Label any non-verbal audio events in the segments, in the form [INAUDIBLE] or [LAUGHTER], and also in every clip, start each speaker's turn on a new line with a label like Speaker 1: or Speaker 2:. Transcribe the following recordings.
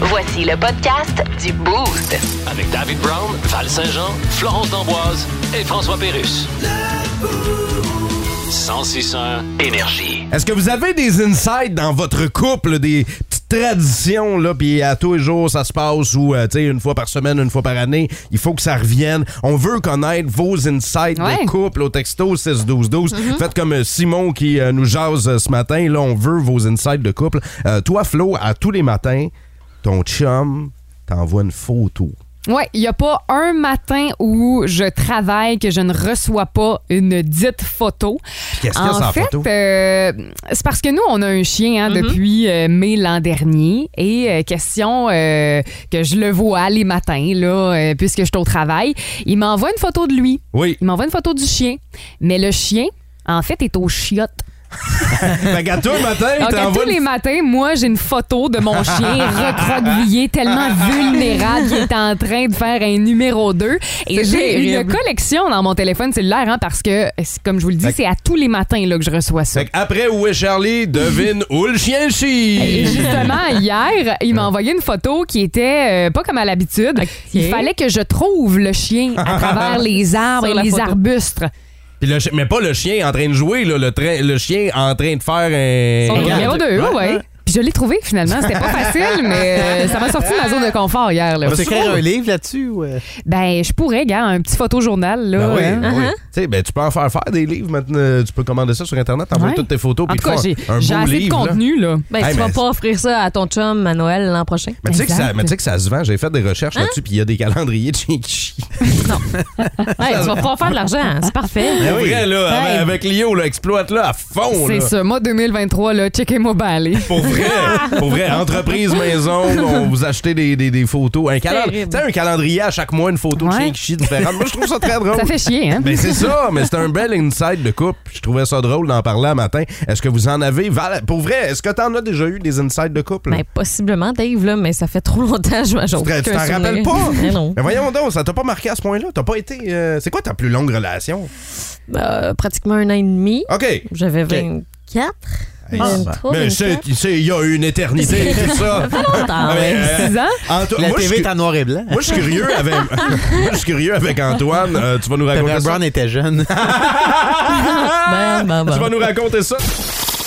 Speaker 1: Voici le podcast du Boost.
Speaker 2: Avec David Brown, Val Saint-Jean, Florence D'Amboise et François Pérus. 1061 Énergie.
Speaker 3: Est-ce que vous avez des insights dans votre couple, des petites traditions, là, puis à tous les jours, ça se passe, ou, euh, tu sais, une fois par semaine, une fois par année, il faut que ça revienne. On veut connaître vos insights
Speaker 4: Ouais. Mm-hmm.
Speaker 3: de couple au texto 6-12-12. Faites comme euh, Simon qui euh, nous jase euh, ce matin, là, on veut vos insights de couple. Euh, toi, Flo, à tous les matins, ton chum t'envoie une photo.
Speaker 4: Ouais, il n'y a pas un matin où je travaille que je ne reçois pas une dite photo.
Speaker 3: qu'est-ce qu'il y a
Speaker 4: en
Speaker 3: sur la
Speaker 4: fait,
Speaker 3: photo?
Speaker 4: euh, c'est parce que nous, on a un chien hein, depuis euh, mai l'an dernier et euh, question euh, que je le vois les matins, là, euh, puisque je suis au travail, il m'envoie une photo de lui.
Speaker 3: Oui.
Speaker 4: Il m'envoie une photo du chien. Mais le chien, en fait, est au chiottes.
Speaker 3: fait qu'à tous les matins, il
Speaker 4: [LAUGHS] Donc, à
Speaker 3: t'envoie
Speaker 4: tous les
Speaker 3: une...
Speaker 4: matins, moi, j'ai une photo de mon chien recroquevillé, tellement vulnérable, qui est en train de faire un numéro 2. Et
Speaker 5: C'est
Speaker 4: j'ai une
Speaker 5: terrible.
Speaker 4: collection dans mon téléphone cellulaire, hein, parce que, c'est- comme je vous le dis,
Speaker 3: Fait-
Speaker 4: c'est à tous les matins là, que je reçois ça.
Speaker 3: Fait qu'après, où est Charlie?
Speaker 4: [LAUGHS]
Speaker 3: Devine où le chien chie!
Speaker 4: Et justement, hier, il m'a envoyé une photo qui était euh, pas comme à l'habitude. Il fallait que je trouve le chien à travers les arbres
Speaker 5: Sur
Speaker 4: et
Speaker 5: la
Speaker 4: les
Speaker 5: photo.
Speaker 4: arbustes.
Speaker 3: Puis le chi- mais pas le chien en train de jouer, là, le, train- le chien en train de faire un.
Speaker 4: Son
Speaker 3: un-
Speaker 4: numéro 2, ouais. Puis je l'ai trouvé finalement. C'était pas facile, mais euh, ça m'a sorti de ma zone de confort hier. Là.
Speaker 6: Vas-tu écrire un livre là-dessus? ou, euh?
Speaker 4: Ben, je pourrais, gars, un petit photojournal,
Speaker 3: Ben
Speaker 4: là.
Speaker 3: oui,
Speaker 4: hein.
Speaker 3: oui. Tu sais, ben, tu peux en faire faire des livres maintenant. euh, Tu peux commander ça sur Internet, t'envoies
Speaker 4: Ouais.
Speaker 3: toutes tes photos.
Speaker 4: En
Speaker 3: puis
Speaker 4: tout cas,
Speaker 3: tu
Speaker 4: j'ai
Speaker 3: fais un
Speaker 4: j'ai
Speaker 3: beau
Speaker 4: assez de
Speaker 3: livre, là.
Speaker 4: contenu, là.
Speaker 5: Ben,
Speaker 3: Hey,
Speaker 5: tu vas
Speaker 3: mais-
Speaker 5: pas offrir ça à ton chum à Noël l'an
Speaker 3: [LAUGHS]
Speaker 5: prochain.
Speaker 3: Mais tu sais que ça-
Speaker 4: Exact. Hein?
Speaker 3: mais tu sais que ça se vend, j'ai fait des recherches là-dessus, puis il y a des calendriers de chiens qui chient. Ben,
Speaker 5: Ouais, tu vas pas faire de l'argent, hein, c'est parfait.
Speaker 3: Pour vrai, là,
Speaker 4: Ben Hey.
Speaker 3: avec Lio, là, exploite-le à fond.
Speaker 4: C'est
Speaker 3: Oh, là.
Speaker 4: ça. Moi, 2023, là, checkez-moi bien aller.
Speaker 3: Pour vrai, pour vrai, entreprise maison, on vous achetez des, des, des photos. Un, calend-
Speaker 5: Terrible.
Speaker 3: tu sais, un calendrier à chaque mois, une photo de
Speaker 4: Ouais.
Speaker 3: chien qui chie différente. Moi, je trouve ça très drôle.
Speaker 4: Ça fait chier, hein?
Speaker 3: Ben c'est ça, mais c'est un bel insight de couple. Je trouvais ça drôle d'en parler un matin. Est-ce que vous en avez? Val- Pour vrai, est-ce que t'en as déjà eu des insights de couple?
Speaker 5: Ben, possiblement, Dave, là, mais ça fait trop longtemps que je m'ajoute.
Speaker 3: Tu te- tu t'en rappelles
Speaker 5: [LAUGHS]
Speaker 3: pas?
Speaker 5: Mais non.
Speaker 3: Ben voyons donc, ça t'a pas marqué à ce point-là. T'as pas été. euh, C'est quoi ta plus longue relation?
Speaker 5: Euh, pratiquement un an et demi.
Speaker 3: OK.
Speaker 5: J'avais
Speaker 3: Ah. Ok.
Speaker 5: 24.
Speaker 3: Hey,
Speaker 5: Ah.
Speaker 3: c'est-
Speaker 5: Trop
Speaker 3: mais
Speaker 5: bien
Speaker 3: c'est, c'est- il y a une éternité, tout ça.
Speaker 5: Longtemps,
Speaker 3: Mais,
Speaker 5: ouais.
Speaker 3: euh,
Speaker 4: Six ans?
Speaker 3: Anto-
Speaker 6: La
Speaker 3: moi, je
Speaker 6: TV
Speaker 3: suis-
Speaker 6: est en noir et blanc.
Speaker 3: moi, je suis curieux avec, [LAUGHS] moi, je suis curieux avec Antoine. Euh, tu vas nous raconter
Speaker 6: Brown
Speaker 3: ça.
Speaker 6: Brown était jeune. [LAUGHS]
Speaker 5: Ben, ben, ben.
Speaker 3: Ah! Tu vas nous raconter ça.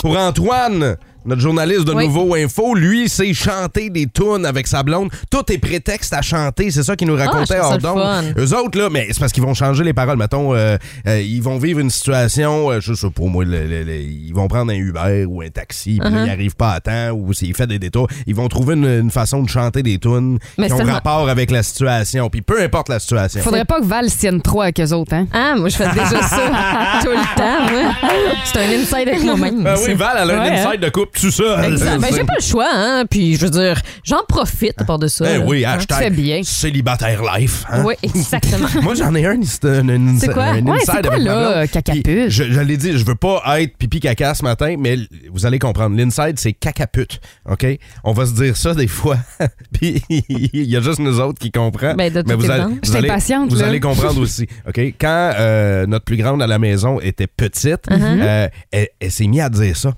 Speaker 3: Pour Antoine, notre journaliste de
Speaker 5: Oui.
Speaker 3: Nouveau Info, lui, c'est chanter des tunes avec sa blonde. Tout est prétexte à chanter, c'est ça qu'il nous racontait
Speaker 5: Ah, je trouve ça
Speaker 3: hors
Speaker 5: le
Speaker 3: d'onde.
Speaker 5: fun.
Speaker 3: Eux autres, là, mais c'est parce qu'ils vont changer les paroles. Mettons, euh, euh, ils vont vivre une situation, euh, je sais pas moi, le- le- le- ils vont prendre un Uber ou un taxi, puis là,
Speaker 5: Uh-huh.
Speaker 3: ils arrivent pas à temps, ou s'il fait des détours, ils vont trouver une, une façon de chanter des tunes
Speaker 5: Mais
Speaker 3: qui ont
Speaker 5: c'est-
Speaker 3: rapport avec la situation, puis peu importe la situation.
Speaker 4: Faudrait pas que Val sienne trois avec eux autres, hein?
Speaker 5: Ah, moi, je fais déjà
Speaker 3: [LAUGHS]
Speaker 5: ça tout le temps, moi. C'est un inside avec moi-même.
Speaker 3: Ben
Speaker 5: ça.
Speaker 3: oui, Val, elle a
Speaker 5: Ouais,
Speaker 3: un
Speaker 5: hein.
Speaker 3: insight de couple, tout ça.
Speaker 5: Exact. Ben, j'ai pas le choix, hein. Puis, je veux dire, j'en profite par de ça.
Speaker 3: Eh
Speaker 5: là.
Speaker 3: oui,
Speaker 5: Hein?
Speaker 3: hashtag
Speaker 4: c'est bien.
Speaker 3: célibataire life. hein.
Speaker 5: Oui, exactement.
Speaker 3: [LAUGHS] Moi, j'en ai un, c'est un, un, un-
Speaker 5: C'est quoi?
Speaker 3: un
Speaker 5: Ouais,
Speaker 3: inside
Speaker 4: c'est
Speaker 3: avec
Speaker 4: quoi,
Speaker 3: ma
Speaker 4: là,
Speaker 3: blonde.
Speaker 4: cacapuche?
Speaker 3: Puis, Je, je l'ai dit, je veux pas être pipi caca ce matin, mais l- vous allez comprendre. L'inside, c'est cacapute. OK? On va se dire ça des fois. [LAUGHS] Puis il y a juste nous autres qui comprend.
Speaker 5: Ben, de
Speaker 3: mais
Speaker 5: toute
Speaker 3: vous allez,
Speaker 5: évidence.
Speaker 3: vous
Speaker 4: J'étais
Speaker 3: allez-
Speaker 4: patiente,
Speaker 3: vous
Speaker 4: là.
Speaker 3: allez comprendre aussi. OK? Quand euh, notre plus grande à la maison était petite,
Speaker 5: Uh-huh.
Speaker 3: euh, elle, elle s'est mise à dire ça.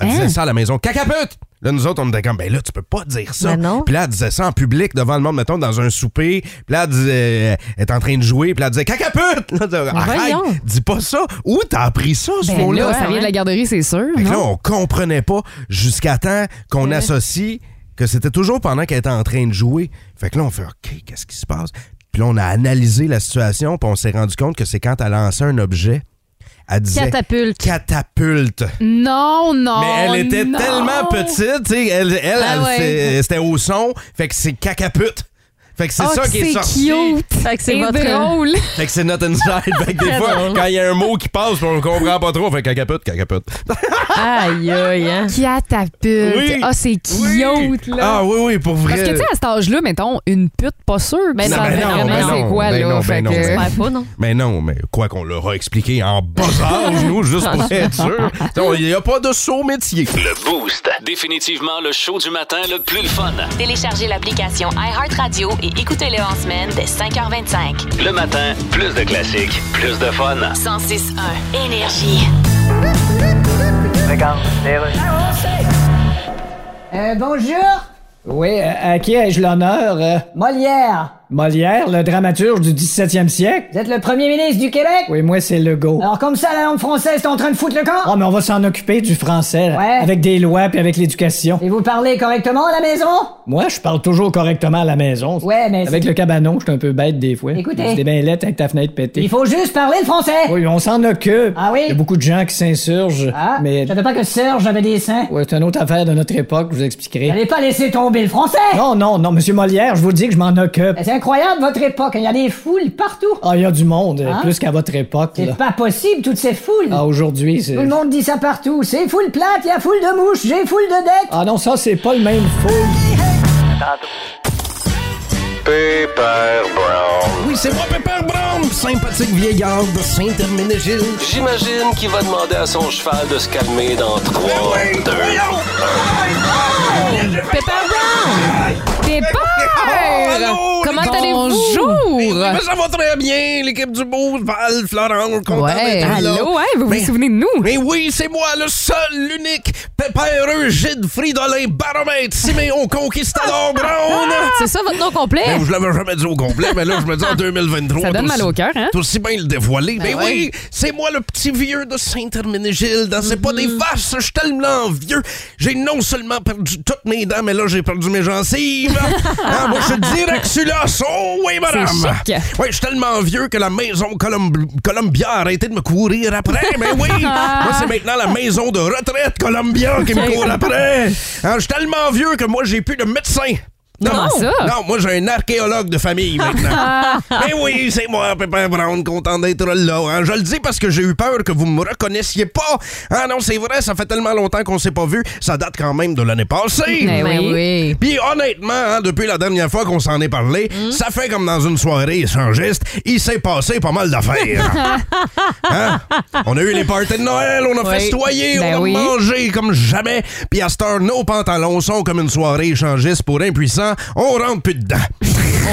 Speaker 3: Elle disait
Speaker 4: Hein?
Speaker 3: ça à la maison. Cacapute! Là, nous autres, on était comme, ben là, tu peux pas dire ça.
Speaker 5: Ben non.
Speaker 3: Puis là, elle disait ça en public devant le monde, mettons, dans un souper. Puis là, elle, disait, elle était en train de jouer. Puis là, elle disait, cacapute! Là, elle disait, arrête,
Speaker 5: voyons.
Speaker 3: dis pas ça. Où t'as appris ça, ce
Speaker 4: Ben
Speaker 3: mot-là?
Speaker 4: là, ça vient de la garderie, c'est sûr.
Speaker 3: Oh, Fait que là,
Speaker 4: non?
Speaker 3: on comprenait pas jusqu'à temps qu'on associe que c'était toujours pendant qu'elle était en train de jouer. Fait que là, on fait OK, qu'est-ce qui se passe? Puis là, on a analysé la situation, puis on s'est rendu compte que c'est quand elle lançait un objet, elle disait
Speaker 5: Catapulte.
Speaker 3: catapulte.
Speaker 4: Non, non.
Speaker 3: Mais elle était
Speaker 4: Oh non.
Speaker 3: tellement petite, tu sais, elle, elle,
Speaker 5: Ah
Speaker 3: elle,
Speaker 5: ouais.
Speaker 3: c'est- c'était au son, fait que c'est cacapute. Fait que c'est
Speaker 4: Ah,
Speaker 3: ça
Speaker 4: que
Speaker 3: qui est
Speaker 4: c'est
Speaker 3: sorti.
Speaker 4: cute.
Speaker 5: Fait que c'est
Speaker 4: C'est
Speaker 5: votre- [LAUGHS]
Speaker 4: drôle.
Speaker 3: Fait que c'est notre inside. Fait que des
Speaker 5: Très
Speaker 3: fois,
Speaker 5: drôle.
Speaker 3: quand il y a un mot qui passe, puis on comprend pas trop, fait cacapute, cacapute.
Speaker 5: Aïe, aïe, hein.
Speaker 4: Qui a ta pute?
Speaker 3: Oui.
Speaker 4: Ah, c'est
Speaker 3: Oui.
Speaker 4: [LAUGHS] cute, là.
Speaker 3: Ah oui, oui, pour vrai.
Speaker 4: Parce que, tu sais, à cet âge-là, mettons, une pute, pas sûre.
Speaker 5: Ben
Speaker 4: ça
Speaker 5: non, ben non,
Speaker 4: vraiment,
Speaker 5: ben
Speaker 4: c'est
Speaker 3: non,
Speaker 4: quoi,
Speaker 3: ben
Speaker 4: là?
Speaker 3: non, ben
Speaker 4: Fait
Speaker 3: non,
Speaker 4: que-
Speaker 3: ben
Speaker 5: J'espère pas, non?
Speaker 3: Mais non, mais quoi qu'on leur a expliqué en bas âge, nous, juste
Speaker 4: Ah.
Speaker 3: pour être sûr. Il n'y a pas de saut métier.
Speaker 2: Le Boost. Définitivement le show du matin le plus le fun.
Speaker 1: Téléchargez l'application iHeartRadio et écoutez-le en semaine dès 5h25.
Speaker 2: Le matin, plus de classiques, plus de fun.
Speaker 1: 106.1 Énergie.
Speaker 7: Euh, bonjour. Oui, euh, à qui ai-je l'honneur? euh?
Speaker 8: Molière,
Speaker 7: Molière, le dramaturge du 17e siècle?
Speaker 8: vous êtes le premier ministre du Québec?
Speaker 7: Oui, moi, c'est Legault.
Speaker 8: Alors Ah, comme ça, la langue française est en train de foutre le camp?
Speaker 7: Ah, mais on va s'en occuper du français, là,
Speaker 8: Ouais.
Speaker 7: avec des lois puis avec l'éducation.
Speaker 8: Et vous parlez correctement à la maison?
Speaker 7: Moi, je parle toujours correctement à la maison.
Speaker 8: Ouais, mais...
Speaker 7: Avec le cabanon, je suis un peu bête des fois.
Speaker 8: Écoutez.
Speaker 7: C'était bien lettre avec ta fenêtre pétée.
Speaker 8: Il faut juste parler le français!
Speaker 7: Oui, on s'en occupe.
Speaker 8: Ah oui?
Speaker 7: Il y a beaucoup de gens qui s'insurgent.
Speaker 8: Ah,
Speaker 7: mais
Speaker 8: je savais pas que Serge avait des seins.
Speaker 7: ouais, c'est une autre affaire de notre époque, je vous expliquerai.
Speaker 8: Vous n'allez pas laisser tomber le français!
Speaker 7: Non, non, non, Monsieur Molière, je vous dis que je m'en occupe.
Speaker 8: Mais C'est incroyable, votre époque, il y a des foules partout!
Speaker 7: Ah, il y a du monde,
Speaker 8: Hein?
Speaker 7: plus qu'à votre époque.
Speaker 8: C'est
Speaker 7: Là.
Speaker 8: pas possible, toutes ces foules!
Speaker 7: Ah, aujourd'hui, c'est...
Speaker 8: Tout le monde dit ça partout. C'est foule plate, il y a foule de mouches, j'ai foule de dettes.
Speaker 7: Ah non, ça, c'est pas le même fou.
Speaker 9: Paper Brown.
Speaker 3: Oui, c'est moi, Pepper Brown, sympathique vieillard de Saint-Herménégil.
Speaker 2: J'imagine qu'il va demander à son cheval de se calmer dans 3, 2,
Speaker 5: Pepper Brown!
Speaker 4: T'es peur! Comment allez-vous? Ah.
Speaker 3: Mais ça va très bien, l'équipe du beau Val, Florent, content
Speaker 4: Ouais,
Speaker 3: d'être là.
Speaker 4: allô, ouais, vous vous
Speaker 3: Ben-
Speaker 4: souvenez de nous?
Speaker 3: Mais oui, c'est moi, le seul, l'unique, Pépère Eugide Fridolin Baromètre Siméon Conquistador Brown.
Speaker 4: Ah,
Speaker 5: C'est ça votre nom complet?
Speaker 3: Ben, je l'avais jamais dit au complet, mais là, je me dis en 2023.
Speaker 4: Ça
Speaker 3: t'as
Speaker 4: donne mal
Speaker 3: aussi-
Speaker 4: au cœur, hein?
Speaker 3: T'as aussi bien le dévoilé. mais
Speaker 5: Ben
Speaker 3: oui, c'est moi, le petit vieux de Saint-Herménégilde. C'est pas des
Speaker 4: Mm-hmm.
Speaker 3: vaches, je suis tellement vieux. J'ai non seulement perdu toutes mes dents, mais là, j'ai perdu mes
Speaker 4: [LAUGHS]
Speaker 3: gencives. ah, moi, je suis direct sur l'os. Oh, oui, madame.
Speaker 4: chic.
Speaker 3: Oui, je suis tellement vieux que la maison Colomb- Columbia a arrêté de me courir après. Mais
Speaker 4: [LAUGHS]
Speaker 3: oui, moi, c'est maintenant la maison de retraite Columbia qui me court après. Ah, je suis tellement vieux que moi, j'ai plus de médecin. Non,
Speaker 4: Comment ça?
Speaker 3: non, moi j'ai un archéologue de famille
Speaker 4: [LAUGHS]
Speaker 3: maintenant. [LAUGHS] Mais Ben oui, c'est moi, Pépin Brown, content d'être là. hein. Je le dis parce que j'ai eu peur que vous me reconnaissiez pas. Ah non, c'est vrai, ça fait tellement longtemps qu'on s'est pas vu. Ça date quand même de l'année passée.
Speaker 4: Ben
Speaker 5: Ben
Speaker 4: oui.
Speaker 5: oui. Hmm?
Speaker 3: Puis honnêtement, hein, depuis la dernière fois qu'on s'en est parlé, ça fait comme dans une soirée sans geste, il s'est passé pas mal
Speaker 5: [LAUGHS]
Speaker 3: d'affaires. Hein? On a eu les parties de Noël, on a
Speaker 5: Oui.
Speaker 3: festoyé,
Speaker 4: Ben
Speaker 3: on a
Speaker 4: oui.
Speaker 3: mangé comme jamais. Puis à cette heure, nos pantalons sont comme une soirée échangiste pour impuissants. On rentre plus dedans.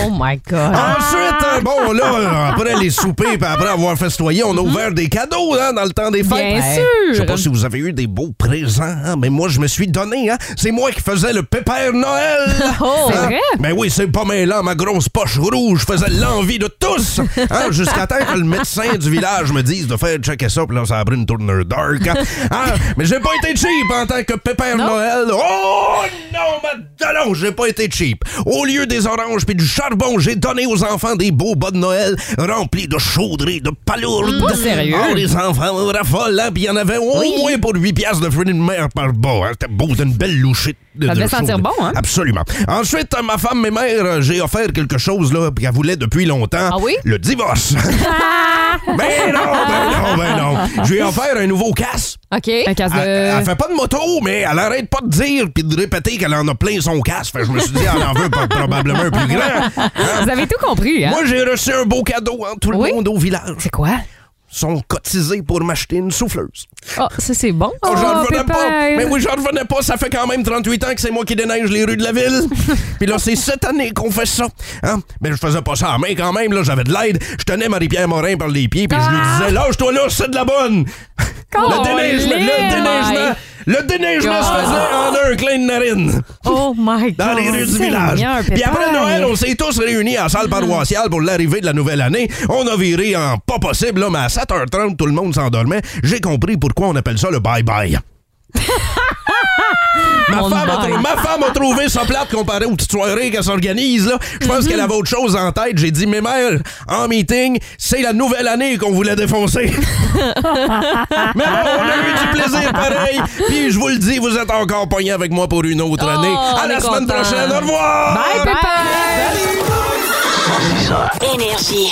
Speaker 5: Oh my God.
Speaker 4: Ah.
Speaker 3: Ensuite, euh, bon, là, euh, après les soupers, puis après avoir festoyé, on a ouvert des cadeaux hein, dans le temps des fêtes.
Speaker 4: Mm-hmm. Bien
Speaker 3: Ouais. Je
Speaker 4: sûr.
Speaker 3: sais pas si vous avez eu des beaux présents, hein, mais moi, je me suis donné. Hein. C'est moi qui faisais le pépère Noël.
Speaker 4: Oh, c'est vrai?
Speaker 3: Mais Ben oui, c'est pas mêlant, ma grosse poche rouge faisait l'envie de tous.
Speaker 4: [LAUGHS]
Speaker 3: Hein, Jusqu'à temps que le médecin du village me dise de faire checker ça, puis là, ça a pris une tourneur dark. hein.
Speaker 4: [LAUGHS]
Speaker 3: Hein, mais j'ai pas été cheap en tant que pépère Noël. Oh non, ma non, j'ai pas été cheap. Au lieu des oranges puis du charbon, j'ai donné aux enfants des beaux bas de Noël remplis de chauderies, de palourdes.
Speaker 4: Hmm, Pas sérieux?
Speaker 3: Ah, les enfants raffolent, hein, puis il y en avait au moins pour 8 piastres de fruits de mer par bas. hein. C'était beau, c'était une belle louchée. de-
Speaker 4: Ça
Speaker 3: de
Speaker 4: devait sentir
Speaker 3: chauderies.
Speaker 4: bon, hein?
Speaker 3: Absolument. Ensuite, euh, ma femme, mes mères, euh, j'ai offert quelque chose là qu'elle voulait depuis longtemps.
Speaker 5: Ah oui?
Speaker 3: Le divorce.
Speaker 4: Ah!
Speaker 3: [LAUGHS] ben non, ben non, ben non. Je lui ai offert un nouveau casse.
Speaker 5: OK.
Speaker 4: Un casse de.
Speaker 3: Elle, elle fait pas de moto, mais elle arrête pas de dire puis de répéter qu'elle en a plein son casse. Fait que je me suis dit, elle en veut pas- probablement un plus grand.
Speaker 4: [LAUGHS] Vous avez tout compris, hein?
Speaker 3: Moi, j'ai reçu un beau cadeau, hein, tout le
Speaker 4: Oui?
Speaker 3: monde au village.
Speaker 4: C'est quoi?
Speaker 3: Ils sont cotisés pour m'acheter une souffleuse.
Speaker 8: Ah,
Speaker 5: Oh, ça, c'est bon.
Speaker 3: Oh, j'en
Speaker 4: Oh,
Speaker 3: revenais pas.
Speaker 4: Pépère.
Speaker 3: Mais oui, j'en revenais pas. Ça fait quand même 38 ans que c'est moi qui déneige les rues de la
Speaker 4: [LAUGHS]
Speaker 3: ville. Puis là, c'est cette année qu'on fait ça. Hein? Mais je faisais pas ça à main quand même. Là, j'avais de l'aide. Je tenais Marie-Pierre Morin par les pieds. Puis je lui
Speaker 4: Ah!
Speaker 3: disais, lâche-toi là, c'est de la bonne. le déneigement, le déneigement, le déneigement se faisait en un clin de narine
Speaker 5: Oh my God.
Speaker 3: dans les rues du
Speaker 4: Seigneur,
Speaker 3: village. Puis
Speaker 4: Pépère.
Speaker 3: après Noël, on s'est tous réunis à la
Speaker 5: Mm.
Speaker 3: salle paroissiale pour l'arrivée de la nouvelle année. On a viré en pas possible, là, mais à 7h30, tout le monde s'endormait. J'ai compris pourquoi on appelle ça le
Speaker 5: [LAUGHS]
Speaker 3: bye-bye. Ma
Speaker 5: On
Speaker 3: femme, a
Speaker 5: bye.
Speaker 3: trou- ma femme a trouvé ça plate comparé aux petites soirées qu'elle s'organise. là. Je
Speaker 5: Mm-hmm.
Speaker 3: pense qu'elle avait autre chose en tête. J'ai dit, mais mère, en meeting, c'est la nouvelle année qu'on voulait défoncer. mais bon, on a eu du plaisir pareil. Puis je vous le dis, vous êtes encore pognés avec moi pour une autre année. À
Speaker 5: Oh, on
Speaker 3: la
Speaker 5: est
Speaker 3: semaine
Speaker 5: content.
Speaker 3: prochaine. Au revoir.
Speaker 4: Bye, Pépère!
Speaker 1: Énergie.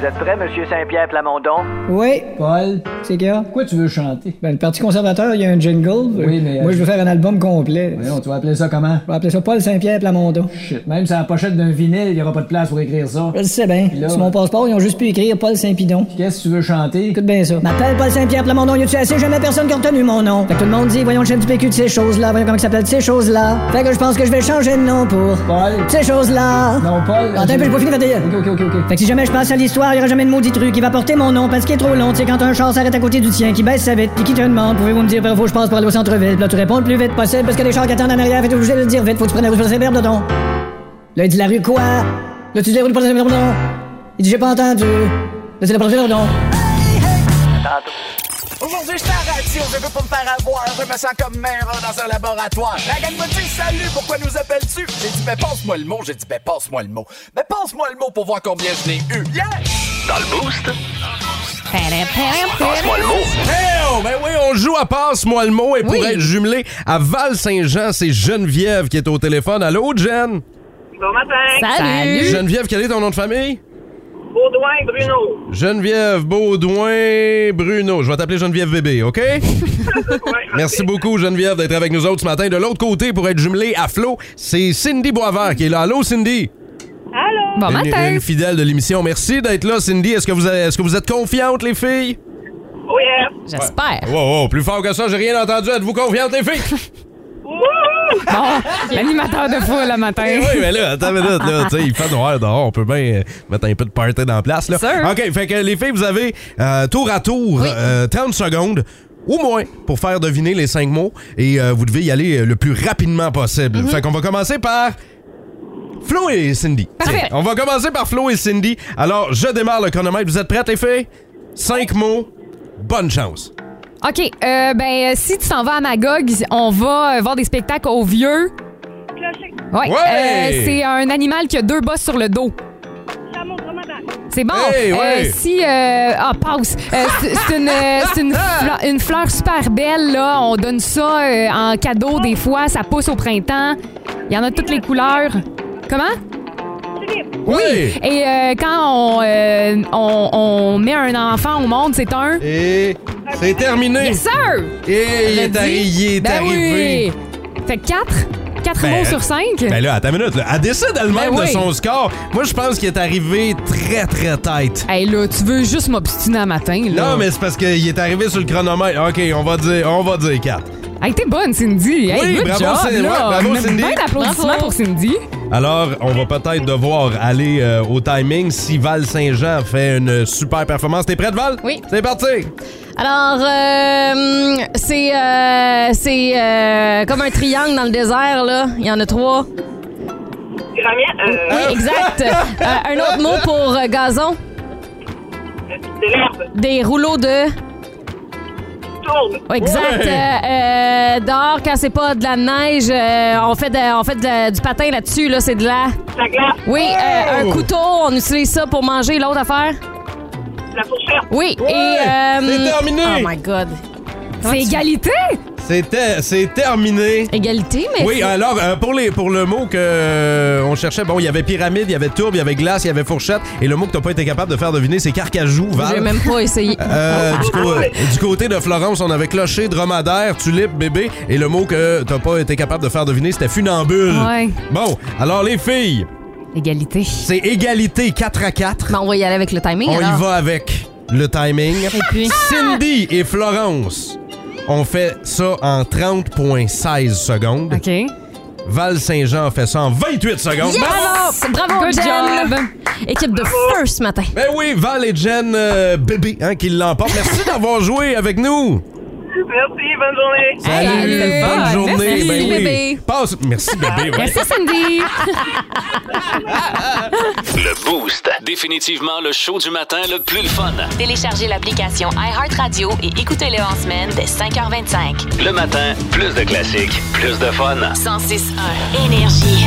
Speaker 10: Vous êtes prêt, Monsieur Saint-Pierre Plamondon?
Speaker 7: Oui, Paul. C'est hein? quoi? Pourquoi tu veux chanter? Ben, le Parti conservateur, il y a un jingle.
Speaker 10: Oui, mais,
Speaker 7: Moi,
Speaker 10: euh,
Speaker 7: je veux faire un album complet.
Speaker 10: Voyons, tu vas appeler ça comment?
Speaker 7: On va appeler ça Paul Saint-Pierre Plamondon.
Speaker 10: Shit, même sur la pochette d'un vinyle, il n'y aura pas de place pour écrire ça.
Speaker 7: Je le sais bien.
Speaker 10: là-
Speaker 7: Sur mon passeport, ils ont juste pu écrire Paul Saint-Pidon.
Speaker 10: Qu'est-ce que tu veux chanter?
Speaker 7: Écoute bien ça. M'appelle Paul Saint-Pierre Plamondon, y'a-tu assez? Jamais personne qui a retenu mon nom. Fait que tout le monde dit, voyons le chef du PQ de ces choses-là, voyons comment il s'appelle de ces choses-là. Fait que je pense que je vais changer de nom pour
Speaker 10: Paul?
Speaker 7: ces choses-là.
Speaker 10: Non, Paul.
Speaker 7: Attends un peu, j'ai pas fini, va dire.
Speaker 10: Ok, ok, ok, ok.
Speaker 7: Fait que si jamais je passe à l'histoire, il y aura jamais de maudit truc qui va porter mon nom parce qu'il est trop long. Tu sais, quand un char s'arrête à côté du tien, qui baisse sa vite, puis qui te demande, pouvez-vous me dire par où faut que je passe pour aller au centre-ville? Puis là, tu réponds le plus vite possible parce que les chars qui attendent en arrière, fait que t'es obligé de le dire vite, faut que tu prennes la rue saint de don. Là, il dit la rue quoi? Là, tu dis la rue de saint don. Il dit j'ai pas entendu. Là, c'est la prochaine de don.
Speaker 11: Aujourd'hui, je à radio, je veux pas me faire avoir. Je me sens comme mère dans un laboratoire. La gang me dit salut, pourquoi nous appelles-tu? J'ai dit, ben passe-moi le mot, j'ai dit, ben passe-moi le mot. Ben passe-moi le mot pour voir combien je l'ai eu. Yeah!
Speaker 2: Dans le boost, passe-moi le mot.
Speaker 3: Hey, oh, ben oui, on joue à Passe-moi le mot et pour être jumelé à Val-Saint-Jean, c'est Geneviève qui est au téléphone. Allô, Jen?
Speaker 12: Bon matin.
Speaker 4: Salut.
Speaker 3: Geneviève, quel est ton nom de famille?
Speaker 12: Baudouin et
Speaker 11: [LAUGHS]
Speaker 12: Bruno.
Speaker 3: Geneviève Baudouin Bruno. Je vais t'appeler Geneviève Bébé,
Speaker 5: [LAUGHS]
Speaker 3: OK? Merci beaucoup, Geneviève, d'être avec nous autres ce matin. De l'autre côté, pour être jumelé à Flo, c'est Cindy Boisvert qui est là. Allô, Cindy?
Speaker 12: Allô?
Speaker 4: Bon
Speaker 3: une,
Speaker 4: matin.
Speaker 3: une fidèle de l'émission. Merci d'être là, Cindy. Est-ce que, vous avez- est-ce que vous êtes confiante, les filles?
Speaker 12: Oui.
Speaker 4: J'espère.
Speaker 3: Wow, wow, plus fort que ça, j'ai rien entendu. Êtes-vous confiante, les filles?
Speaker 4: Bon, l'animateur de foule le matin.
Speaker 3: Eh oui, mais là, attends une minute, là. Tu sais, il fait noir dehors. On peut bien euh, mettre un peu de party dans la place, là.
Speaker 4: Sûr.
Speaker 3: OK, fait que les filles, vous avez euh, tour à tour euh, 30 secondes. Au moins pour faire deviner les cinq mots et euh, vous devez y aller euh, le plus rapidement possible.
Speaker 4: Mhm.
Speaker 3: Fait qu'on va commencer par Flo et Cindy.
Speaker 4: Parfait.
Speaker 3: Tiens, On va commencer par Flo et Cindy. Alors, je démarre le chronomètre. Vous êtes prêtes, les filles? Cinq mots. Bonne chance.
Speaker 4: OK, euh, ben euh, si tu s'en vas à Magog, on va euh, voir des spectacles aux vieux.
Speaker 12: Clocher.
Speaker 4: Ouais.
Speaker 3: Ouais.
Speaker 4: Euh, c'est un animal qui a deux bosses sur le dos.
Speaker 12: Chameau, dromadaire.
Speaker 4: C'est bon.
Speaker 3: Hey, ouais.
Speaker 4: Euh, si euh, ah pause. Euh, c'est c'est une euh,
Speaker 3: [LAUGHS]
Speaker 4: c'est une, fla- une fleur super belle là. On donne ça euh, en cadeau des fois. Ça pousse au printemps. Il y en a de toutes les couleurs. Comment?
Speaker 12: Tulipe.
Speaker 3: Oui.
Speaker 4: Et euh, quand on, euh, on, on met un enfant au monde, c'est un.
Speaker 3: Et c'est terminé.
Speaker 4: Yes, sir!
Speaker 3: Et il
Speaker 4: Je
Speaker 3: est
Speaker 4: dis.
Speaker 3: arri- il est
Speaker 4: Ben
Speaker 3: arrivé.
Speaker 4: oui. Fait que 4? 4
Speaker 3: Ben,
Speaker 4: mots sur 5?
Speaker 3: Ben là, attends une minute. Là. Elle décide elle-même
Speaker 4: Ben
Speaker 3: de
Speaker 4: oui.
Speaker 3: son score. Moi, je pense qu'il est arrivé très, très tête.
Speaker 4: Hey là, tu veux juste m'obstiner à matin, là?
Speaker 3: Non, mais c'est parce qu'il est arrivé sur le chronomètre. OK, on va dire, on va dire 4.
Speaker 4: Hey, t'es bonne, Cindy! Hey,
Speaker 3: Oui,
Speaker 4: good
Speaker 3: bravo,
Speaker 4: job,
Speaker 3: Cindy.
Speaker 4: là.
Speaker 3: Ouais, bravo,
Speaker 4: On a
Speaker 3: Cindy.
Speaker 4: plein d'applaudissements
Speaker 5: Bravo.
Speaker 4: pour Cindy.
Speaker 3: Alors, on va peut-être devoir aller euh, au timing si Val Saint-Jean fait une super performance. T'es prête, Val?
Speaker 5: Oui.
Speaker 3: C'est parti.
Speaker 5: Alors, euh, hum, c'est euh, c'est euh, comme un triangle dans le désert, là. Il y en a trois.
Speaker 12: Grammière.
Speaker 5: Oui,
Speaker 3: Ah.
Speaker 12: Euh,
Speaker 3: [LAUGHS]
Speaker 5: exact. Euh, un autre mot pour euh, gazon.
Speaker 12: de l'herbe.
Speaker 5: Des rouleaux de...
Speaker 12: Tourne.
Speaker 5: Ouais, exact.
Speaker 3: Ouais.
Speaker 5: Euh, euh, dehors, quand c'est pas de la neige, euh, on fait, de- on fait de- du patin là-dessus, là. C'est de la...
Speaker 12: La glace.
Speaker 5: Oui, euh,
Speaker 3: Oh!
Speaker 5: un couteau, on utilise ça pour manger. L'autre affaire?
Speaker 12: La fourchette.
Speaker 5: Oui.
Speaker 3: Ouais,
Speaker 5: et, euh,
Speaker 3: c'est terminé.
Speaker 5: Oh my God.
Speaker 4: C'est égalité!
Speaker 3: C'était, c'est terminé.
Speaker 5: Égalité, mais...
Speaker 3: Oui, alors, euh, pour, les, pour le mot que euh, on cherchait, bon, il y avait pyramide, il y avait tourbe, il y avait glace, il y avait fourchette. Et le mot que t'as pas été capable de faire deviner, c'est carcajou, Val.
Speaker 5: J'ai même pas essayé.
Speaker 3: Euh,
Speaker 5: Ah,
Speaker 3: du, co- du côté de Florence, on avait clocher, dromadaire, tulipe, bébé. Et le mot que t'as pas été capable de faire deviner, c'était funambule.
Speaker 4: Ouais.
Speaker 3: Bon, alors les filles,
Speaker 4: Égalité.
Speaker 3: c'est égalité 4 à 4.
Speaker 5: Mais on va y aller avec le timing,
Speaker 3: on
Speaker 5: alors.
Speaker 3: y va avec le timing.
Speaker 5: Et puis...
Speaker 3: Cindy et Florence ont fait ça en 30.16 secondes.
Speaker 4: OK.
Speaker 3: Val Saint-Jean a fait ça en 28 secondes.
Speaker 5: Yes! Bravo,
Speaker 4: Good
Speaker 5: Jen!
Speaker 4: job!
Speaker 5: Équipe de feu ce matin.
Speaker 3: Ben oui, Val et Jen euh, bébé hein, qui l'emportent. Merci [LAUGHS] d'avoir joué avec nous.
Speaker 12: Merci, bonne journée.
Speaker 3: Salut,
Speaker 4: c'était le
Speaker 3: bonne
Speaker 4: fun.
Speaker 3: journée.
Speaker 4: Merci,
Speaker 3: Ben oui.
Speaker 5: bébé.
Speaker 3: Passe. Merci bébé. ouais.
Speaker 4: [LAUGHS] Merci, Cindy!
Speaker 2: Le boost. Définitivement le show du matin le plus le fun.
Speaker 1: Téléchargez l'application iHeartRadio et écoutez-le en semaine dès 5h25.
Speaker 2: Le matin, plus de classiques, plus de fun.
Speaker 1: 106.1 Énergie.